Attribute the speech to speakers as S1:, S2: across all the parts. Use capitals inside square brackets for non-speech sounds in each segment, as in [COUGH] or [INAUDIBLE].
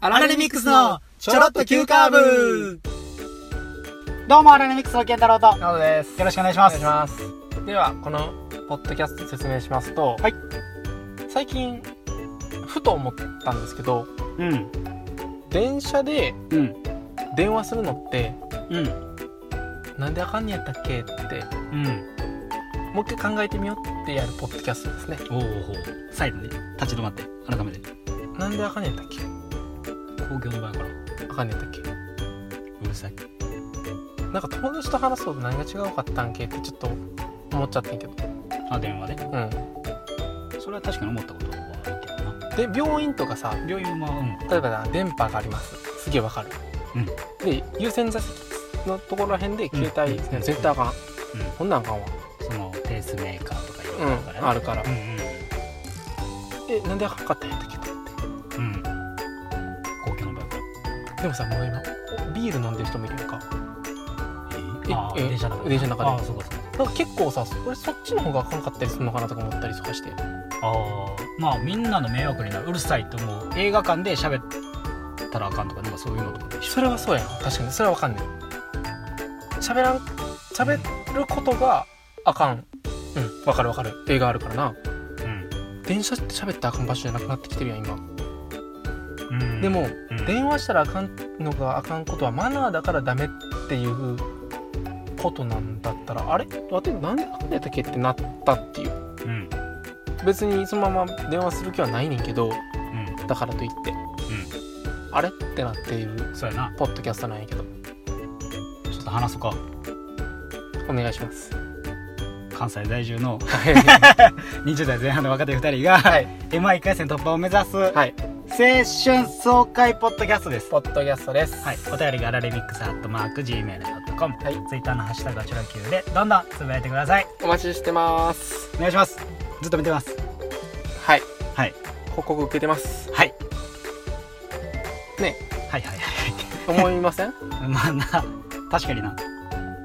S1: アラレミックスのちょろっと急カーブ
S2: どうもアラレミックスの健太郎とよ
S1: なのです
S2: ろしくお願いし
S1: お
S2: ま
S1: 願い
S2: す
S1: しますではこのポッドキャスト説明しますと、
S2: はい
S1: 最近ふと思ったんですけど
S2: うん
S1: 電車で
S2: うん
S1: 電話するのって
S2: うん
S1: なんであかんねやったっけって
S2: うん
S1: もう一回考えてみようってやるポッドキャストですね
S2: おお再度ね立ち止まって改めて
S1: なんであかんねやったっけ
S2: 工業の場合からう
S1: あかんねやったっけ
S2: るさい
S1: なんか友達と話すこと何が違うかったんけってちょっと思っちゃってんけど
S2: あ電話で
S1: うん
S2: それは確かに思ったことはあるけどな
S1: で病院とかさ
S2: 病院はうん
S1: 例えばな電波がありますすげえわかる、
S2: うん
S1: で優先座席のところらへんで携帯、
S2: うんうん
S1: 絶対あかん、
S2: ん
S1: こんなんあかんわ
S2: そのペースメーカーとかいろいろあるから
S1: うんあるから
S2: ね
S1: えなんであかんかったんやったっけ
S2: うんうんうん工業の場合か
S1: でもさもう今ビール飲んでる人もいるやんかえ
S2: らあ
S1: え
S2: 電車の中で
S1: 電車の中で
S2: あそうかそうか
S1: なんか結構さ俺そっちの方があかんかったりするのかなとか思ったりとかして
S2: あーまあみんなの迷惑になるうるさいと思う映画館で喋ったらあかんとかなんかそういうのとかでしょ
S1: それはそうやん確かにそれはわかんない喋らん喋ることがあかんうんわかるわかる映画あるからな
S2: う
S1: 電車って喋ったらあかん場所じゃなくなってきてるやん今
S2: ん、うん
S1: でも、
S2: うん
S1: 電話したらあかんのがあかんことはマナーだからダメっていうことなんだったらあれ私なんであかんやったっけってなったっていう
S2: うん
S1: 別にそのまま電話する気はないねんけど
S2: う
S1: だからといって、あれってなっている
S2: んそうやな
S1: ポッドキャストなんやけど
S2: ちょっと話そうか
S1: お願いします
S2: 関西在住 [LAUGHS] の
S1: は
S2: 20代前半の若手2人が、
S1: はい
S2: m 1回戦突破を目指す、
S1: い
S2: 青春爽快ポッドキャストです
S1: ポッドキャストです
S2: はい、お便りがアラレミックスハットマーク Gmail.com、
S1: はい
S2: ツイッターのハッシュタグはチョロ Q でどんどんつぶやいてください
S1: お待ちしてます
S2: お願いしますずっと見てます
S1: はい
S2: はい
S1: 報告受けてます
S2: はい
S1: ね
S2: はいはい
S1: 思いま [LAUGHS] せん
S2: はい [LAUGHS] まあな確かにな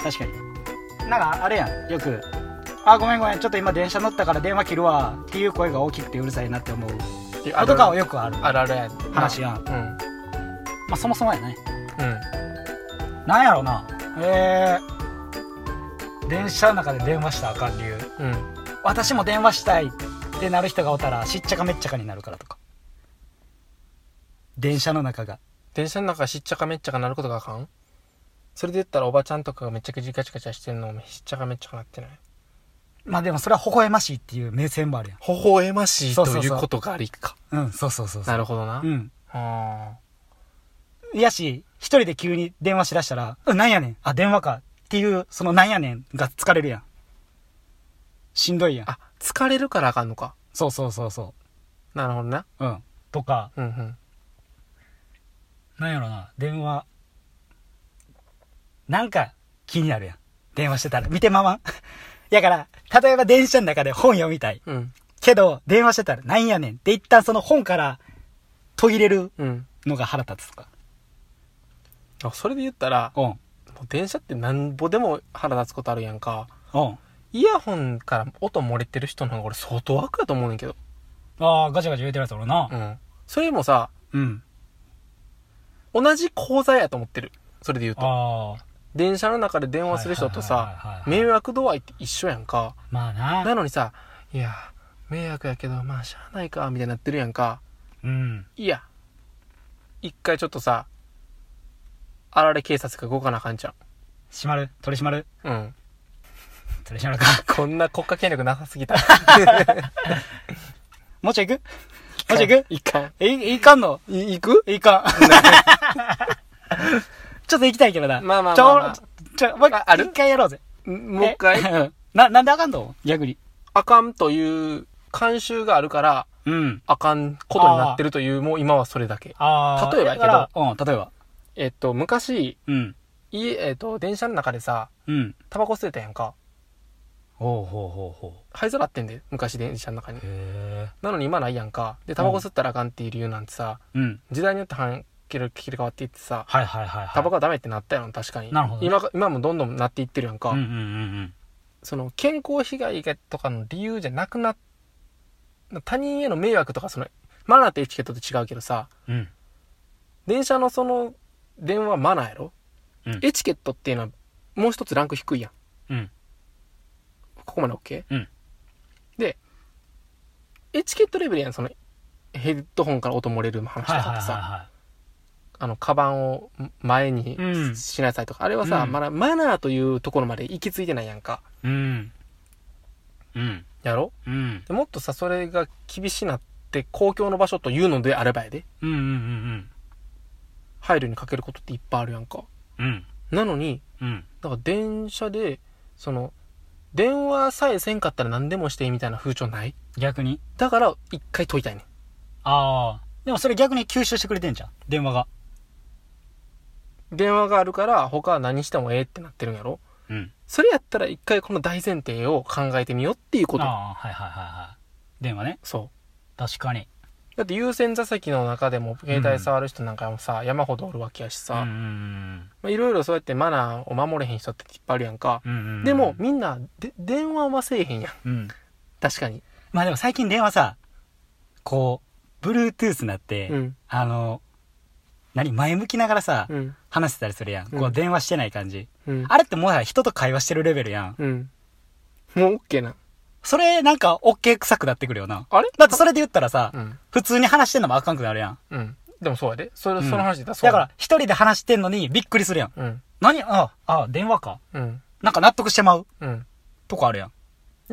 S2: 確かになんかあれやんよく「あごめんごめんちょっと今電車乗ったから電話切るわ」っていう声が大きくてうるさいなって思うあとかはよくある
S1: あるあるやん
S2: 話やん、ま
S1: うん
S2: あそもそもやね
S1: うん
S2: なんやろうなえー、電車の中で電話したらあかん理由
S1: うん
S2: 私も電話したいってなる人がおったらしっちゃかめっちゃかになるからとか電車の中が
S1: 電車の中しっちゃかめっちゃかなることがあかんそれで言ったらおばちゃんとかがめっちゃくちゃガチガチャしてるのもしっちゃかめっちゃかなってない
S2: まあでもそれは微笑ましいっていう目線もある
S1: 微笑ましい
S2: そう
S1: と
S2: そうそう
S1: いうことがありか
S2: やんうんそうそうそうそう
S1: なるほどな
S2: う、ん
S1: あ
S2: いやし一人で急に電話しだしたら「うんなんやねんあ電話か」っていうその「なんやねん」が疲れるやんしんどいやん
S1: ーあ疲れるからあかんのか
S2: そうそうそうそ
S1: なるほどな
S2: ううんとか
S1: うんうん
S2: なんやろな、電話。なんか気になるやん。電話してたら。見てままん。 [LAUGHS] やから、例えば電車の中で本読みたい。
S1: うん
S2: けど、電話してたら、なんやねんって一旦その本から途切れる
S1: うん
S2: のが腹立つとか。
S1: あそれで言ったら
S2: おん。
S1: もう電車ってなんぼでも腹立つことあるやんか
S2: おん。
S1: イヤホンから音漏れてる人の方が俺相当悪やと思うねんけど
S2: ああ、ガチャガチャ言うてるやつおるな
S1: う。んそれもさ
S2: うん。
S1: 同じ口座やと思ってるそれで言うと
S2: ああ。
S1: 電車の中で電話する人と
S2: はいはいはい
S1: さ
S2: はいはい
S1: 迷惑度合いって一緒やんか
S2: まあな。
S1: なのにさいや迷惑やけどまあしゃあないかみたいになってるやんか
S2: うん。
S1: いや一回ちょっとさあられ警察が動かなあかんじゃん
S2: 閉まる取り締まる
S1: うん
S2: 取り締まるか。
S1: こんな国家権力なさすぎ [LAUGHS] た
S2: [LAUGHS] もうちょい行くもうちょい行く
S1: 一回
S2: え、いかんの
S1: い行く
S2: いかん。 [LAUGHS] ちょっと行きたいけどな。
S1: まあまあまあまあ
S2: ちょ、ちょ、もう一回
S1: あある
S2: 一回やろうぜ。
S1: もう一回
S2: えうんな、なんであかんの逆に。
S1: あかんという慣習があるから
S2: うん。
S1: あかんことになってるというもう今はそれだけ
S2: あ
S1: 例えばやけど
S2: ど。うん、例えば。
S1: えっと昔
S2: うん。
S1: いえっと電車の中でさ
S2: うん。
S1: タバコ吸ってたやんか
S2: ほうほうほうほ
S1: 灰皿あってんで昔電車の中に
S2: う。へ
S1: なのに今ないやんかでタバコ吸ったらあかんっていう理由なんてさ、
S2: え。うん。
S1: 時代によって半切り切り替わっていってさ
S2: はいはいはいはい。
S1: タバコはダメってなったやん確かに
S2: なるほどね
S1: 今が今もどんどんなっていってるやんか、
S2: うんうんうん
S1: その健康被害がとかの理由じゃなくな他人への迷惑とかそのマナーとエチケットと違うけどさ
S2: うん。うん。
S1: 電車のその電話マナーやろ、
S2: うん
S1: エチケットっていうのはもう一つランク低いやん
S2: うん
S1: ここまで OK、
S2: うん
S1: でエチケットレベルやんそのヘッドホンから音漏れる話と
S2: はいはい
S1: か
S2: はい
S1: さ、
S2: は
S1: あのカバンを前に
S2: うん
S1: しなさいとか、あれはさ、
S2: うん
S1: まだマナーというところまで行き着いてないやんか
S2: いうんうん
S1: やろ
S2: うん
S1: でもっとさそれが厳しなって公共の場所というのであればやで
S2: うんうんうん
S1: 配慮にかけることっていっぱいあるやんか
S2: うんうん
S1: なのに
S2: うん
S1: だから電車でその電話さえせんかったら何でもしていいみたいな風潮ない
S2: 逆に
S1: だから一回解いたいねん
S2: ああでもそれ逆に吸収してくれてんじゃん電話が
S1: 電話があるから他は何してもええってなってるんやろ
S2: うん
S1: それやったら一回この大前提を考えてみようっていうこと
S2: ああはいはいはいはい電話ね
S1: そ
S2: 確かに
S1: うだって優先座席の中でも携帯触る人なんかもさ、山ほどおるわけやし
S2: うん
S1: さまあいろいろそうやってマナーを守れへん人っていっぱいあるやんか
S2: うんうんうんうん
S1: でもみんなで電話はせえへんやん
S2: うん
S1: 確かに
S2: まあでも最近電話さこう Bluetooth なって、
S1: うん
S2: あの何前向きながらさ、
S1: うん
S2: 話せたりするやん、
S1: うん
S2: こう電話してない感じ
S1: うん
S2: あれってもはや人と会話してるレベルやん
S1: うんもう OK な
S2: それなんか OK 臭くなってくるよな
S1: あれ
S2: だってそれで言ったらさ、
S1: うん
S2: 普通に話してんのもあかんくなるやん
S1: うん。でもそうやで。それ、
S2: うん
S1: その話で言った
S2: だからら一人で話してんのにびっくりするやん
S1: そうや。うん。
S2: 何あああ電話か
S1: うん。
S2: なんか納得してまう
S1: うん。
S2: とこあるやん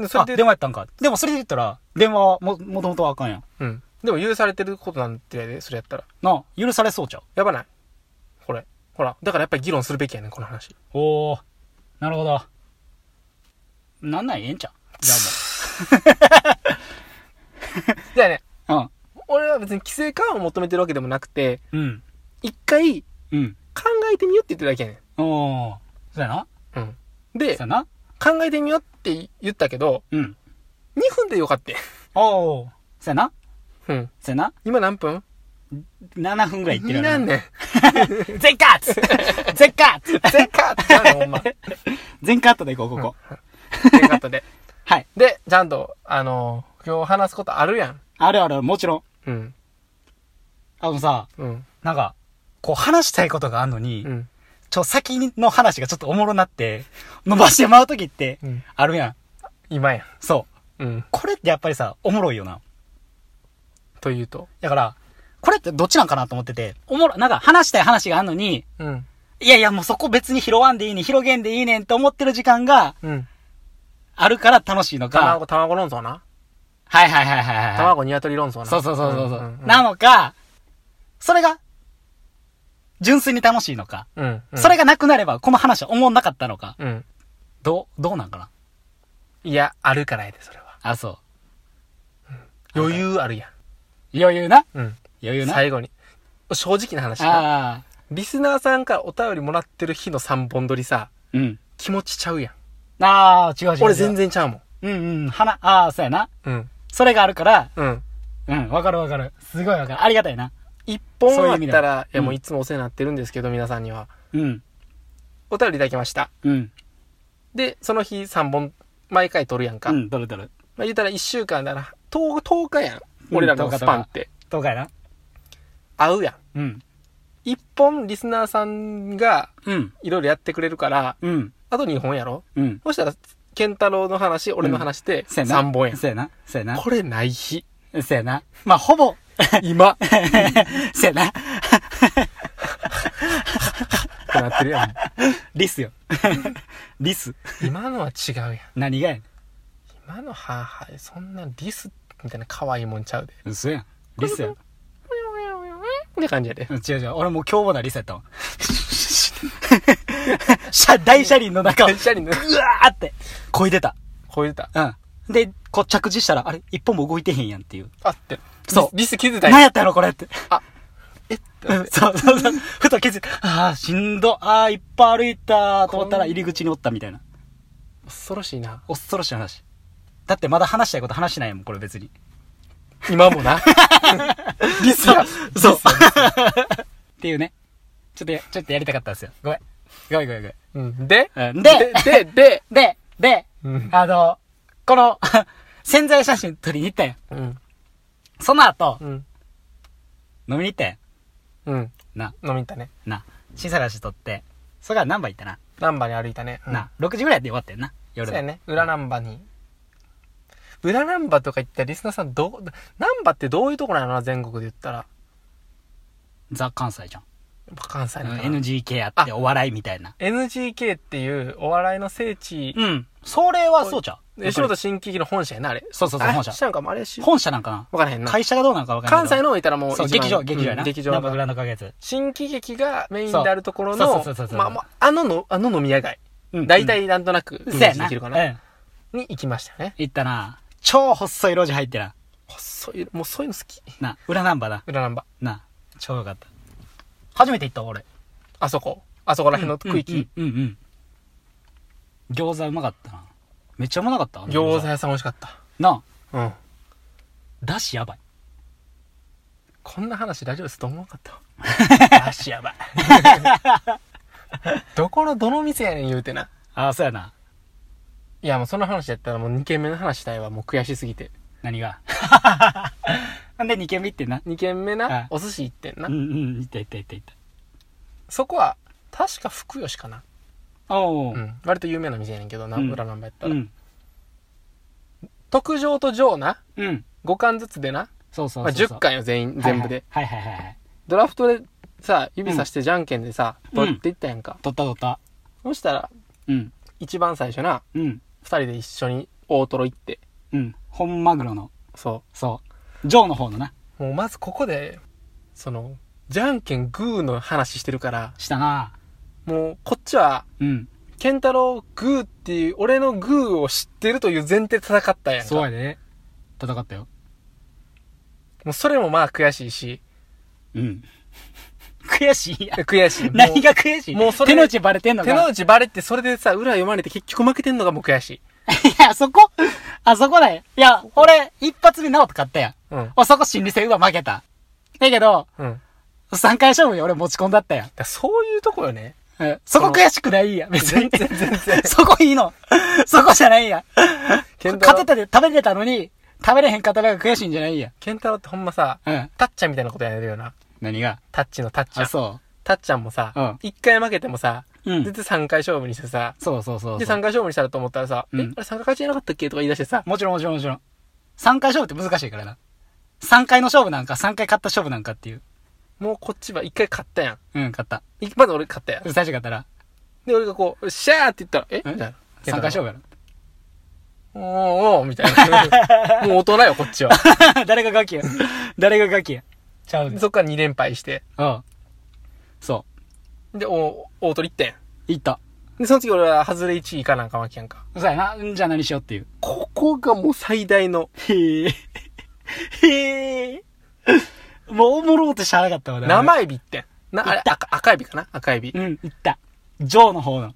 S1: で、そ
S2: あ
S1: れで
S2: 電、話やったんかでもそれで言ったら電話はももともとはあかんやん
S1: うん。でも許されてることなんてやで、それやったら。
S2: なあ許されそうちゃう
S1: やばないこれ。ほら。だからやっぱり議論するべきやねん、この話。
S2: おおなるほどなんなんええんちゃうじゃ
S1: じゃあね、
S2: あも
S1: 俺は別に規制感を求めてるわけでもなくて、
S2: ううんうん
S1: 一回
S2: うん
S1: 考えてみようって言ってるだけやね。
S2: おおそうやなん
S1: うん。
S2: そう
S1: で、
S2: やな
S1: 考えてみようって言ったけど、
S2: うん
S1: 2分でよかったよ。
S2: おおそうやな
S1: うん。
S2: そうや
S1: 今何分
S2: な7分ぐらいいってる
S1: いら
S2: や
S1: ん
S2: ろ
S1: ねん。
S2: 全カッツ全カッ [LAUGHS] ツ
S1: 全カットなの、
S2: [LAUGHS]
S1: ほんま。
S2: 全カットでいこうここ、
S1: 全カットで。
S2: はい
S1: で、ちゃんと、あの、今日話すことあるやん。
S2: あるあるもちろん
S1: うん。
S2: あのさ
S1: うん。
S2: なんかこう話したいことがあるのに、
S1: うん。
S2: ちょ先の話がちょっとおもろなって伸ばしてまう時って
S1: うん。
S2: あるやん
S1: 今や
S2: そう
S1: うん。
S2: これってやっぱりさおもろいよな
S1: というと。
S2: だから、これってどっちなんかなと思ってて、おもろ、なんか話したい話があるのに、
S1: うん。
S2: いやいやもうそこ別に拾わんでいいね、広げんでいいねんって思ってる時間が
S1: うん。
S2: あるから楽しいのか。
S1: 卵、卵論争な。
S2: はいはいはいはいはい。
S1: 卵、鶏論争な。
S2: そうそうそうそう。うん
S1: ん
S2: なのか、それが、純粋に楽しいのか。
S1: うん。うん
S2: それがなくなれば、この話は思んなかったのか。
S1: うん。
S2: どう、どうなんかない
S1: や、あるからやで、それは。
S2: あ、そ
S1: 余裕あるや
S2: う。余裕な。
S1: ん。うん。
S2: 余裕な。あ
S1: 最後に。正直な話な。
S2: あ
S1: リスナーさんからお便りもらってる日の3本撮りさ、
S2: ー。うん。
S1: 気持ちちゃうやん。
S2: ああ、違う違う違う。
S1: 俺全。然ちゃうもん。
S2: うんうん。花、ああ、そうやな。
S1: うん。
S2: それがあるから、
S1: うん。
S2: うん、わかるわかる。すごいわかる。ありがたいな。
S1: 一本
S2: そういう
S1: あ
S2: 意
S1: っ
S2: 味で
S1: たら、いや
S2: うん
S1: もういつもお世話になってるんですけど、皆さんには。
S2: うん。
S1: お便りいただきました。
S2: うん。
S1: で、その日3本、毎回撮るやんか。
S2: う
S1: ま
S2: ん、どれどれ。
S1: あ言ったら1週間だな。10、10日やん。
S2: うん
S1: 俺らのスパンって。
S2: どうかやな。
S1: 合うやん。
S2: うん。
S1: 一本リスナーさんが
S2: うん。
S1: いろいろやってくれるから、
S2: うん。
S1: あと2本やろ
S2: うん。
S1: そしたら、ケンタロウの話、俺の話で
S2: せやな。
S1: 3本やん。
S2: せやな。せやな。
S1: これない日。
S2: せやな。まあ、ほぼ、 [LAUGHS]
S1: 今っ
S2: せやな。
S1: てなってるやん。
S2: リスよ。 [LAUGHS] リス。
S1: 今のは違うやん。
S2: 何がやね
S1: 今のははい、そんなリスみたいな可愛いもんちゃうで。
S2: ん。嘘やん。リスやん。う
S1: って感じやで。
S2: ん違う違う。俺もう凶暴なリスやったわ。 [LAUGHS] 車、大車輪の
S1: [LAUGHS]
S2: 中を、うわ
S1: シャリの、
S2: ーって、こいでた。
S1: 超えてた。
S2: うん。で、こう着地したら、あれ一本も動いてへんやんっていう。
S1: あって。
S2: そう
S1: リスリス気づいた
S2: 何
S1: やん。
S2: やったやろこれ
S1: [LAUGHS]
S2: って。
S1: あ、えっと
S2: うんそうそうそう。ふと気づいて、ああ、しんど、ああ、いっぱい歩いたと思ったら入り口におったみたいな。
S1: 恐ろしいな。
S2: 恐ろしい話。だってまだ話したいこと話してないもん、これ別に。
S1: 今も
S2: [LAUGHS]
S1: な。リスや。
S2: そう。 [LAUGHS] っていうね。ちょっとや、ちょっとやりたかったんですよ。ごめん。ごめんごめんごめん。
S1: うんで
S2: うんで
S1: で、で、で、
S2: で、で、
S1: うん
S2: あの、この、 [LAUGHS] 潜在写真撮りに行ったよ。
S1: うん。
S2: その後、
S1: うん。
S2: 飲みに行ったよ。
S1: うん。
S2: な
S1: 飲みに行ったね
S2: な新探しとってそれから難波行ったな、
S1: 難波に歩いたね、うん、
S2: な6時ぐらいで終わったよな夜
S1: そうやね裏難波に裏難波とか言ったらリスナーさんど難波ってどういうところなの全国で言ったらや
S2: ザ・関西じゃん
S1: っぱ関西なのかな、
S2: NGK あってお笑いみたいな
S1: NGK っていうお笑いの聖地、
S2: うんそれはそうじゃん
S1: 吉本新喜劇の本社やなあれ
S2: そうそうそう
S1: あ
S2: 本社
S1: 社なんかもあれし
S2: 本社なんか
S1: 分からへん
S2: な
S1: な
S2: 会社がどうなのか分かんない
S1: 関西
S2: の
S1: の置いたらもう
S2: そう
S1: 一番
S2: 劇場劇場やな、
S1: うん劇
S2: ナ
S1: 場
S2: ンバーグランド花月
S1: 新喜劇がメインであるところ
S2: そう
S1: の
S2: そうそうそうそう
S1: まあまああののあの飲み屋街
S2: うん
S1: 大体なんとなくイ
S2: そう
S1: メー
S2: や
S1: ジ
S2: な
S1: できるか
S2: う
S1: な、
S2: ん
S1: に行きましたね
S2: 行ったな超細い路地入ってな
S1: 細いもうそういうの好き
S2: な裏ナンバーだ
S1: 裏ナンバ
S2: な超よかった初めて行った俺
S1: あそこあそこら辺の区域、
S2: うんうん、うんうん餃子うまかったなめっちゃうまなかったあの
S1: 餃子屋さん美味しかった
S2: なあ
S1: うん
S2: だしやばい
S1: こんな話大丈夫ですと思わなかったわあしやばいどこのどの店やねん言うてな
S2: [LAUGHS] ああそうやない
S1: やもうその話やったらもう2軒目の話したいわもう悔しすぎて
S2: 何がなんで2軒目行ってんな
S1: 2軒
S2: は
S1: 目
S2: い
S1: なお寿司行ってんな、
S2: うんうん行った行った行った行っ
S1: そこは確か福吉かな、
S2: たおお
S1: うん、割と有名な店やねんけどな、
S2: うん
S1: 裏ナンバーやった
S2: う
S1: ら、
S2: ん
S1: 特上と上な
S2: うん
S1: 5巻ずつでな、
S2: そうそう
S1: まあ、
S2: そうそう
S1: 10巻よ全員全部で、
S2: はいはいはいはいはい
S1: ドラフトでさ指さしてじゃんけんでさ、
S2: うん
S1: 取っていったやんか、
S2: 取った取った
S1: そしたら
S2: うん
S1: 一番最初な
S2: うん
S1: 2人で一緒に大トロ行って
S2: うん本マグロの
S1: そ
S2: そうジョーの方のな
S1: うもうまずここでそのじゃんけんグーの話してるから
S2: したな
S1: もうこっちは
S2: うん
S1: 健太郎グーっていう俺のグーを知ってるという前提で戦ったやんか
S2: そうやで戦ったよ
S1: もうそれもまあ悔しいし
S2: うん。 [LAUGHS] 悔しいやん。
S1: 悔しいも
S2: [LAUGHS]
S1: う
S2: 何が悔しい
S1: もうそれ
S2: 手の内バレてんのか。
S1: 手の内バレってそれでさ裏読まれて結局負けてんのがもう悔しい
S2: いや、そこあそこだよ。いや、俺、一発目直人勝ったやん。
S1: うん
S2: お、そこ心理戦うわ、負けた。だけど、
S1: うんだか
S2: 3回勝負に俺持ち込んだったやん。
S1: らそういうとこよ
S2: [LAUGHS]
S1: ね
S2: うんそこ悔しくないやん、別に。
S1: 全然全然
S2: [LAUGHS] そこいいの。そこじゃないやん。
S1: 健
S2: 勝て
S1: 太郎
S2: たで食べれたのに、食べれへんかったのが悔しいんじゃないや
S1: 健太郎ってほんまさ
S2: ん。うん。
S1: タッちゃんみたいなことやるよな
S2: 何が
S1: タッチのタッちゃ
S2: あ、
S1: ん
S2: そ
S1: タッちゃんもさ、
S2: うん
S1: 一1回負けてもさ
S2: う。う
S1: 絶。対3回勝負にしてさ
S2: そうそうそう
S1: で、
S2: そ
S1: 3
S2: う。
S1: 回勝負にしたらと思ったらさ、
S2: うん
S1: え、あれ3回勝ちじゃなかったっけとか言い出してさ、
S2: もちろんもちろんもちろん。3回勝負って難しいからな。3回の勝負なんか、3回勝った勝負なんかっていう。
S1: もうこっちは1回勝ったや
S2: うん、勝った。
S1: ん。いまず俺勝ったやん。
S2: 最初勝ったら、
S1: で、俺がこう、シャーって言ったら、えみ
S2: え
S1: たいな。
S2: 3回勝負や
S1: おーおーみたいな。 [LAUGHS] もう大人よ、こっちは。
S2: ろ。 [LAUGHS] 誰がガキや。誰がガキや。ちゃうで。
S1: そっから2連敗して。
S2: うん。そ
S1: で、お大取り1点。
S2: う。いった。
S1: で、その次俺は外れ1位かなんかわけやんか。
S2: そうやな。んじゃあ何しようっていう。
S1: ここがもう最大の、
S2: へえ。へえ。もうおもろうとしゃあなかったわ。だから
S1: 生エビって。な、あれ、赤赤エビかな赤エビ。
S2: うん、いった。ジョーの方の。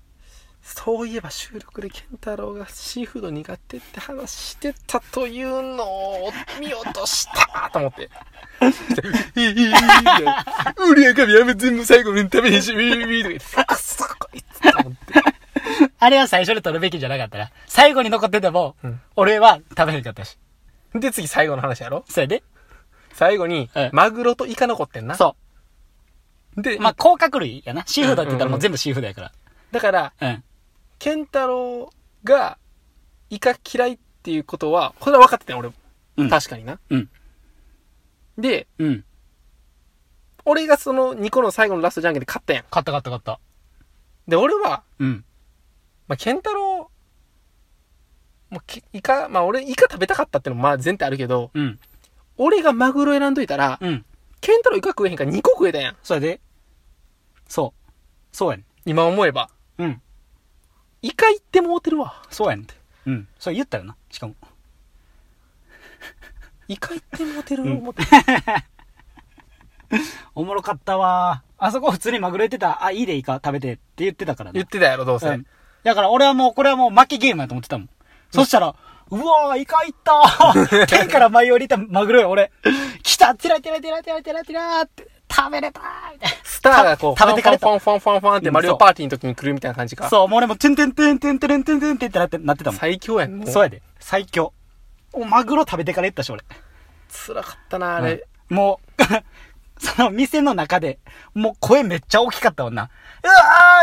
S1: そういえば収録で健太郎がシーフード苦手って話してたというのを見落としたと思って。売り赤身やめ全部最後に食べへんし、ビービービーとか言って、あっそこいつと思って。
S2: あれは最初で取るべきじゃなかったな。最後に残ってても、
S1: うん
S2: 俺は食べへんかったし。
S1: で、次最後の話やろ
S2: それで
S1: 最後に
S2: ええ、
S1: マグロとイカ残ってんな。
S2: そ
S1: で、
S2: う。まあ、甲殻類やな。シーフードって言ったらもう全部シーフードやから。
S1: だから、
S2: うん。
S1: 健太郎がイカ嫌いっていうことは、これは分かってたよ、俺も。
S2: うん
S1: 確かにな。
S2: うん。
S1: で、
S2: うん。
S1: 俺がその2個の最後のラストじゃんけんで勝ったやん。
S2: 買った買った買った。
S1: で、俺は、
S2: うん。
S1: まあ、ケンタロウ、もうけ、イカ、まあ、俺、イカ食べたかったってのも、まあ、前提あるけど、
S2: うん。
S1: 俺がマグロ選んどいたら、
S2: うん。
S1: ケンタロウイカ食えへんから2個食えたやん。
S2: それで、そう。そうやね
S1: 今思えば。
S2: ん。うん。
S1: イカ行ってもうてるわ。
S2: そうやねん。うん。それ言ったよな。しかも。
S1: イカ行ってもうてる
S2: うん
S1: 思って。
S2: おもろかったわー。あそこ普通にマグロ言ってた。あ、いいでいいか食べてって言ってたからな。
S1: 言ってたやろ、どうせ。
S2: うん。だから俺はもう、これはもう負けゲームやと思ってたもん。そしたら、うわー、イカいったー天から舞い降りたマグロよ、俺。来たテラテラテラテラテラテラーって、食べれたーみたい
S1: スターがこう、
S2: た食べてかれた
S1: ファンファンファンファンファンってマリオパーティーの時に来るみたいな感じ
S2: な。
S1: か。
S2: そう、もう俺も、てんてんてんてんてんてんてんてんってなってなってたもん。
S1: 最強やん、もう。
S2: そうやで。最強。お、マグロ食べてから行ったし、俺。
S1: 辛かったな、あれ。
S2: うんもう、その店の中で、もう声めっちゃ大きかったもんな。うわ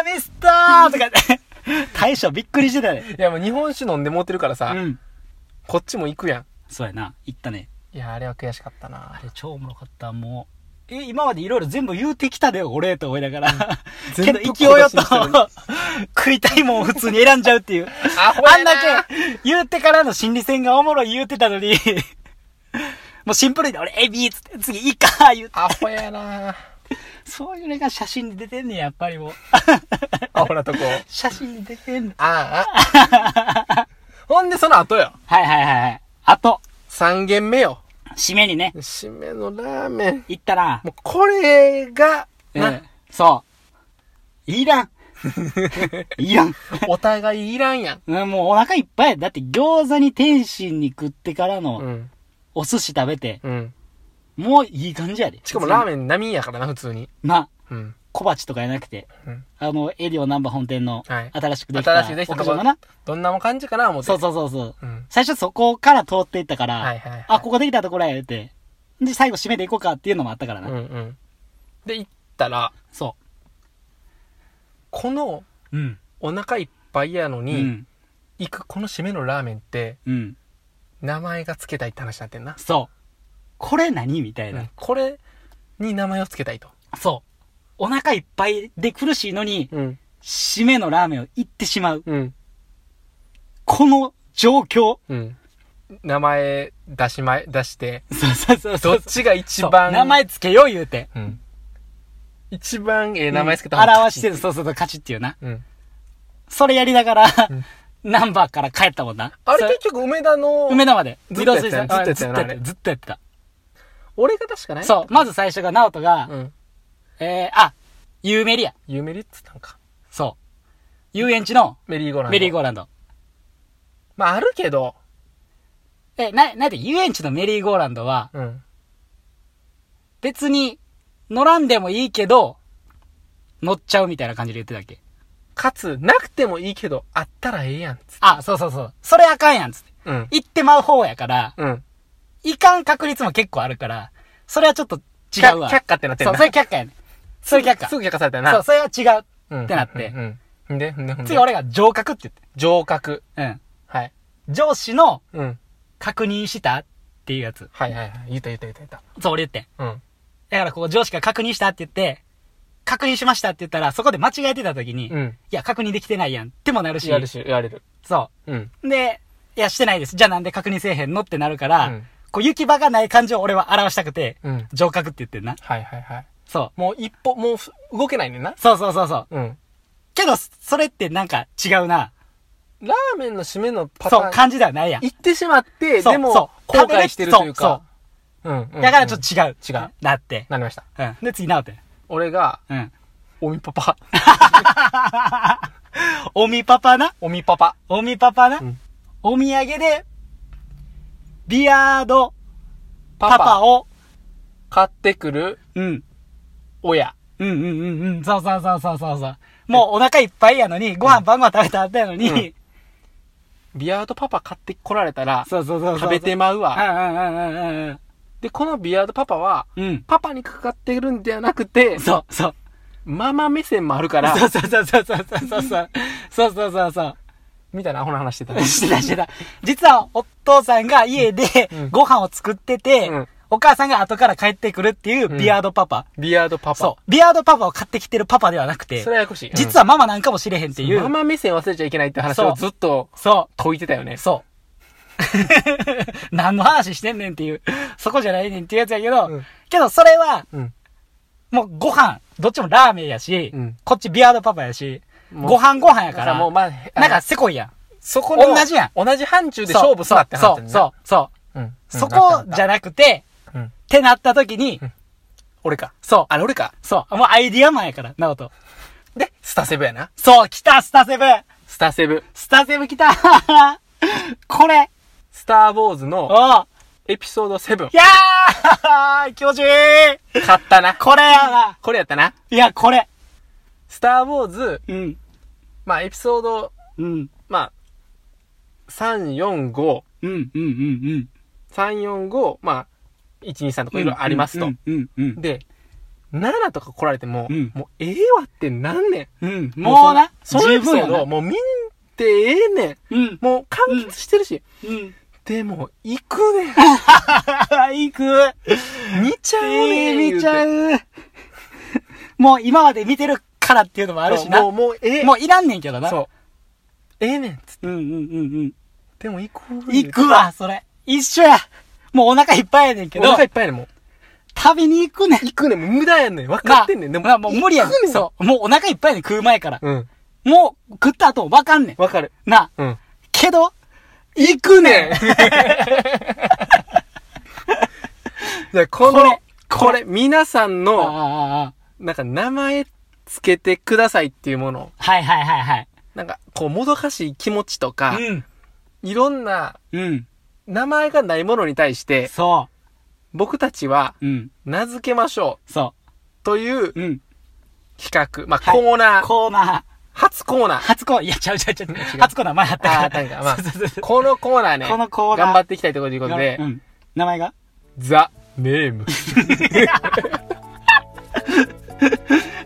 S2: ー、ミスターとかって、大将びっくりしてたね。
S1: いやもう日本酒飲んでもうてるからさ、
S2: うん。
S1: こっちも行くやん
S2: そうやな。行ったね。
S1: いやあれは悔しかったな
S2: あれ超おもろかった。もう、え、今までいろいろ全部言うてきたでよ、俺と思いながら。 [LAUGHS] けど
S1: 全部
S2: 勢いよと
S1: 小出しにしてるの、
S2: 食いたいもんを普通に選んじゃうっていう。
S1: [LAUGHS] あ
S2: あんだけ言ってからの心理戦がおもろい言うてたのに、 [LAUGHS] もうシンプルに俺エビっつって、次イカ言って。
S1: アホやな
S2: そういうのが写真に出てんねんやっぱり
S1: [LAUGHS]
S2: もう。
S1: アホなとこ
S2: [LAUGHS] 写真に出てんの。
S1: あ
S2: [LAUGHS]
S1: あほんでその後よ
S2: はいはいはいはい。あと、
S1: 3軒目よ
S2: 締めにね、
S1: 締めのラーメン
S2: 行ったら、
S1: もうこれがな、
S2: うんそう。い
S1: [LAUGHS]
S2: らん。いらん。
S1: お互いいらんやん
S2: うんもうお腹いっぱい。だって餃子に天津に食ってから
S1: う
S2: の
S1: ん
S2: お寿司食べて、
S1: うん
S2: もういい感じやで。
S1: しかもラー
S2: ン。
S1: メン並みやからな普通に
S2: まあ、
S1: うん
S2: 小鉢とかやなくて、
S1: うん
S2: あの、エリオナンバー本店の
S1: はい
S2: 新しくできた、
S1: 新しいできた
S2: 屋
S1: と
S2: 上
S1: こ
S2: のな。
S1: どんな感じかな思って
S2: そうそうそうそう。
S1: うん
S2: 最初そこから通っていったから、
S1: はいはいはい
S2: あ、ここできたところや、って。で、最後締めていこうかっていうのもあったから
S1: う
S2: な。
S1: んうんで行ったら
S2: そ
S1: この
S2: う。うん。
S1: お腹いっぱいやの
S2: う
S1: に、
S2: ん。
S1: 行くこの締めのラーメンって
S2: うん。
S1: 名前がつけたいって話になってんな、
S2: そう。これ何みたいな、
S1: うんこれに名前をつけたいと、
S2: そう。お腹いっぱいで苦しいのに、
S1: うん
S2: 締めのラーメンを行ってしまう。
S1: うん
S2: この状況。
S1: うん、名前出しま出して
S2: そうそうそうそ
S1: ど
S2: う。
S1: っちが一
S2: そう
S1: 番
S2: 名、前つけよう言うて。
S1: うん、一番ええ名前つけた
S2: うん表して
S1: る、
S2: る、そうそうそう、勝ちっていうな。
S1: うん、
S2: それやりながら、
S1: うん
S2: ナンバーから帰ったもんな。
S1: あれ
S2: そ
S1: 結局梅田の
S2: 梅田まで。
S1: ずっとやってたよ
S2: 水道水
S1: ずっ
S2: 産
S1: とやってたよな
S2: うんずっとやってた。
S1: 俺が確かね
S2: そう、まず最初が、ナオトが、
S1: う、ん、
S2: えー、あ、ユーメリア。
S1: ゆめりっつったんか
S2: そう。遊園地の
S1: メリーゴーランド
S2: メリーゴーランド。
S1: まああるけど、
S2: え、な、なんで遊園地のメリーゴーランドは、
S1: うん、
S2: 別に乗らんでもいいけど、乗っちゃうみたいな感じで言ってたっけ
S1: かつなくてもいいけどあったらええやんつっ
S2: あ、そうそうそう。それあかんやん、つって。
S1: うん
S2: 行ってまう方やから、
S1: うん
S2: いかん確率も結構あるから、それはちょっと違うわ。
S1: 却下ってなってん
S2: そう、
S1: な
S2: それ却下やね。それ却下。
S1: す
S2: そ
S1: ぐ却下されたよな
S2: う、それは違う。
S1: っ
S2: ってなって
S1: うんうんで、んで、んで
S2: 次俺が上格って
S1: 上角。
S2: 言って。
S1: はい。
S2: うん。上司の
S1: うん。
S2: 確認したっていうやつ。
S1: はいはいはい。言った言った言った言っ
S2: そう、俺言ってん。
S1: た。うん。
S2: だからここ上司が確認したって言って、確認しましたって言ったら、そこで間違えてた時に、
S1: う
S2: い
S1: ん。
S2: や、確認できてないやんってもなるし、
S1: やるし、やれる。
S2: そ
S1: うん。
S2: う。で、いや、してないです。じゃあなんで確認せえへんのってなるから、
S1: うん
S2: こう、行き場がない感じを俺は表したくて、
S1: うん。
S2: 上格って言ってんな。
S1: はいはいはい。
S2: そ
S1: もう一歩、もうふ動けないねんな
S2: う。。そうそうそうそう。
S1: うん。
S2: けど、それってなんか違うな。
S1: ラーメンの締めのパタ
S2: そう、
S1: ーン。
S2: 感じではないやん。
S1: 行ってしまって、
S2: そう
S1: でも、
S2: そ
S1: 後
S2: う食べれ
S1: 悔してるというか。うんうん。
S2: だからちょっ
S1: うん
S2: と違う。
S1: 違う。
S2: なって。
S1: なりました。
S2: うん。で、次、なおて。
S1: 俺が、
S2: うん。
S1: おみパ
S2: [LAUGHS]
S1: パ。
S2: おみパパな。
S1: おみパパ。
S2: おみパパな。
S1: うん
S2: お土産で、ビアードパパ
S1: を
S2: を、
S1: 買ってくる
S2: うん。
S1: 親。
S2: うんうんうんうん。そうそうそうそうそうそう。もうお腹いっぱいやのに、ご飯晩ご飯食べた後やのに、
S1: うんビアードパパ買ってこられたら、
S2: [LAUGHS] そうそうそうそう。
S1: 食べてまう
S2: うん
S1: わ。
S2: うんうんうんうん
S1: で、このビアードパパは、
S2: うん。うん。
S1: パパにかかってるんではなくて、
S2: そうそう。
S1: ママ目線もあるから、
S2: そうそうそうそうそうそうそう。そうそうそうそう。
S1: みたいなアホな話してた。
S2: [LAUGHS] してたしてた。実はお父さんが家で
S1: うん
S2: ご飯を作ってて、
S1: うん
S2: お母さんが後から帰ってくるっていうビアードパパ。
S1: ビアードパパ。
S2: そう。ビアードパパを買ってきてるパパではなくて
S1: そ、れはややこしい。
S2: 実はママなんかもしれへんって
S1: うん、
S2: いう。
S1: ママ目線忘れちゃいけないって話
S2: そ
S1: をずっと
S2: そ
S1: 解いてたよね
S2: う。。 [LAUGHS] そう。何の話してんねんっていう。そこじゃないねんっていうやつやけど、
S1: うん
S2: けどそれは、
S1: うん。
S2: もうご飯、どっちもラーメンやし、
S1: うん
S2: こっちビアードパパやし、
S1: もう
S2: ご飯ご飯や
S1: だ
S2: か
S1: から
S2: ら、
S1: もうまあ、
S2: なんか
S1: あの、
S2: せこいやん。
S1: そこの、
S2: 同じやん
S1: 同じ範疇で勝負すなって話
S2: そ
S1: だ
S2: う、
S1: ね。
S2: そう、そう
S1: うん。
S2: う。そこじ
S1: ゃ、
S2: ゃなくて、
S1: うん。
S2: ってなった時に、
S1: 俺か。
S2: そう。
S1: あれ俺か。
S2: そう。もうアイディアマンやから、ナオト。
S1: で、スタセブやな。
S2: そう、来た、スタセブ [LAUGHS]
S1: スタセブ。
S2: スタセブ来たこれ
S1: スターウォーズ
S2: おう
S1: のエピソード7
S2: い。やー [LAUGHS] 気持ちいい
S1: 買ったな。
S2: これやな
S1: これやったな。
S2: いや、これ
S1: スターウォーズ、
S2: うん。
S1: まあエピソード、
S2: うん。
S1: まあ、3、4、5、
S2: うん、うん、うん、うん。
S1: 3、4、5、まあ、1、2、3とかいろいろありますと。
S2: うん、うん、うん。
S1: で、奈良とか来られても、
S2: うん
S1: もうええわってなんね
S2: うん。
S1: ん。
S2: もうな、
S1: そのそ
S2: 十
S1: のエピソ
S2: 分や
S1: ード
S2: な
S1: を。もう見んてええねん。
S2: うん。
S1: もう完結してるし。
S2: うん。 [LAUGHS]
S1: でも、行く [LAUGHS] ねん。
S2: 行く。
S1: 見ちゃう
S2: え
S1: ね
S2: え
S1: ん。
S2: 見ちゃ
S1: う。
S2: う。もう今まで見てるからっていうのもあるしな。
S1: もう、
S2: も
S1: もうええ。
S2: ういらんねんけどな。
S1: そう。ええねんっつって。
S2: う。うんうんうん
S1: でも行こ
S2: うん。
S1: う。
S2: 行くわ、それ。一緒や。もうお腹いっぱいやねんけ
S1: お
S2: ど、
S1: 腹いっぱいやねん、もう。
S2: 旅に行くねん。
S1: 行くねん、もう無駄やねん。分かってんねん。で
S2: まあもう無理やね
S1: 行く
S2: ん。そう。もうお腹いっぱいやねん、食う前から。
S1: う。うん。
S2: もう食った後わかんねん。
S1: わかる。
S2: なあ。
S1: うん。
S2: けど、行く
S1: [LAUGHS]
S2: ねん。
S1: じゃあこの、
S2: こ
S1: こ
S2: れ
S1: れ、皆さん
S2: ああ
S1: の、
S2: ああああ
S1: なんか名前つけてくださいっていうもの。
S2: はいはいはいはい。
S1: なんか、こう、もどかしい気持ちとか、
S2: うん。
S1: いろんな
S2: うん。
S1: 名前がないものに対して、
S2: そ
S1: 僕たちは
S2: う。うん。
S1: 名付けましょ
S2: そう
S1: という
S2: う。うん。
S1: 企画。まあ、
S2: はい
S1: コーナー、
S2: コーナー。
S1: 初コーナー。
S2: 初コーナー。いや、ちゃうちゃうちゃう。初コーナー前あったから。
S1: あーなんかまあ
S2: [LAUGHS] そうそうそう。
S1: このコーナーね、
S2: このコーナー
S1: 頑張っていきたいということで、
S2: うん。名前が
S1: ザ・ネーム。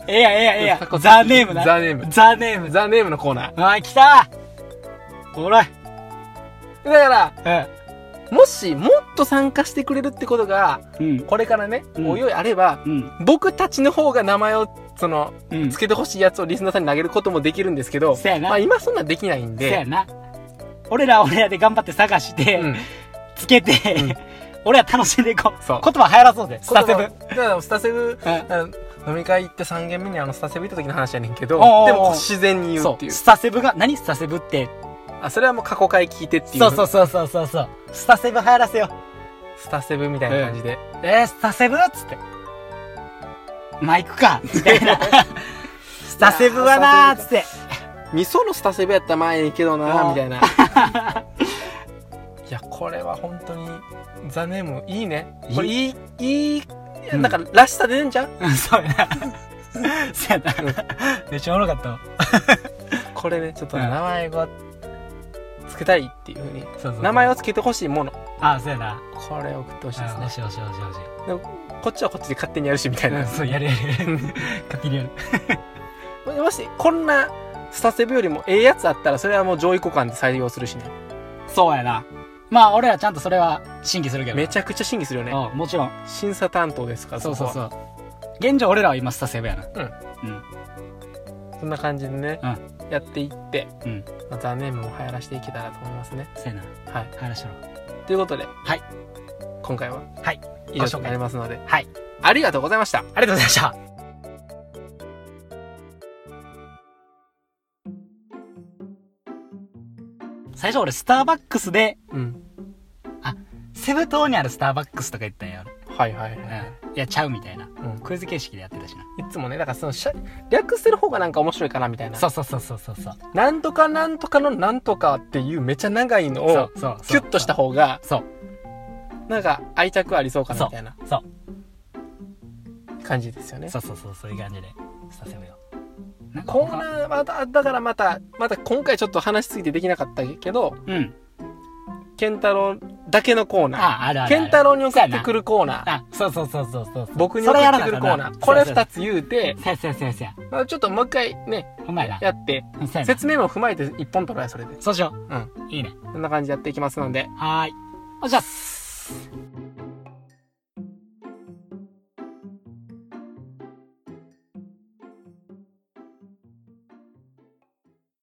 S2: ええやんええやんええや
S1: [LAUGHS] 過去
S2: ん。ザネームな。
S1: ザネーム
S2: ザネーム。
S1: ザ・ネームのコーナー。
S2: あー、来たおらい。
S1: だから、
S2: う
S1: もし、もっと参加してくれるってことが、
S2: ん。うん。
S1: これからね、
S2: うん
S1: おいおいあれば、
S2: うん。
S1: 僕たちの方が名前を、その、
S2: うん。
S1: つけてほしいやつをリスナーさんに投げることもできるんですけど、
S2: せやな
S1: まあ今そんなんできないん
S2: せや
S1: で、
S2: な。俺らは俺らで頑張って探して、
S1: うん。
S2: つけて、
S1: ん
S2: 俺ら楽しんでいこう。
S1: そう
S2: 言葉流行らそうぜ。スタセブ。
S1: だからスタセブ、
S2: う
S1: あの飲み会行って3軒目にあのスタセブ行った時の話やねんけ
S2: お
S1: ど、
S2: うおうおう
S1: でもこう自然に言う
S2: そ。
S1: っていうう。
S2: スタセブが、何スタセブって。
S1: あ、それはもう過去回聞いてっていう。
S2: そうそうそうそうそうそう。スタセブ流行らせよう。
S1: スタセブみたいな感じで。
S2: えー、スタセブっつって。マイクかみたいな。 [LAUGHS] スタセブはなーっつって。
S1: 味噌のスタセブやったら前にけど
S2: あ
S1: な
S2: あ
S1: みたいな。い [LAUGHS] や、これは本当に、ザネームいいね。これいい、いい、
S2: うん
S1: なんからしさ出るんじゃん
S2: うんそうやな。そうやな。めっちゃおもろかったわ。
S1: これね、ちょっと
S2: うん
S1: 名前がつけたいっていうふうに。
S2: そうそう
S1: 名前をつけてほしいもの。
S2: あ、そうやな。
S1: これ送ってほしいです
S2: あ
S1: ね
S2: お。しおしおしおし。
S1: でもこっちはこっちで勝手にやるしみたいな
S2: うん、。そう、やるや [LAUGHS] るやる。勝手にやる。
S1: もし、こんなスタセブよりもええやつあったら、それはもう上位互換で採用するしね。
S2: そうやな。まあ、俺らちゃんとそれは審議するけど。
S1: めちゃくちゃ審議するよね。
S2: うん、もちろん。
S1: 審査担当ですから、
S2: そうそう
S1: う。
S2: そう。現状俺らは今スタセブやな。うん。
S1: そんな感じでね、やっていって、
S2: うん。
S1: まあ、ザネームも流行らしていけたらと思いますね。
S2: そうやな。
S1: はい。
S2: 話しろ。
S1: ということで、
S2: はい。
S1: 今回は、
S2: はい。
S1: 以上となりますので、
S2: はい。
S1: ありがとうございました。
S2: ありがとうございました。最初俺スターバックスで、
S1: うん。
S2: セブ島にあるスターバックスとか言ったんや
S1: はいはい
S2: 俺。
S1: はい。
S2: うん。いや、ちゃうみたいな。
S1: うん
S2: クイズ形式でやってたしな。
S1: いつもね、だからそのしゃ、略してる方がなんか面白いかなみたいな。
S2: そうそうそうそうそうそう。
S1: なんとかなんとかのなんとかっていうめちゃ長いのを、
S2: そうそう。
S1: キュッとした。方が、
S2: そう。
S1: なんか愛着ありそうかな
S2: そう
S1: みたいな。
S2: そう。
S1: 感じですよね。
S2: そうそうそう。そういう感じで。スタセブよ。なんか
S1: コーナーはだ、だからまた、また今回ちょっと話しすぎてできなかったけど、
S2: うん。
S1: ケンタロウだけのコーナ
S2: あ、あるあるあ
S1: ー。
S2: る。
S1: ケンタロウに送ってく
S2: る。
S1: るコーナー。
S2: あ、そうそうそうそうそう。
S1: 僕に送ってくるコーナー。これ二
S2: つ。
S1: つ言うて、
S2: そうそうそうそう。
S1: まあちょっともう一回ね、
S2: ほんまやな。
S1: やって、
S2: うんそうやな。
S1: 説明も踏まえて一本取ろうや、それで。
S2: そうしよ
S1: うん。
S2: う。いいね。
S1: こんな感じでやっていきますので、
S2: はーい。おじゃっす。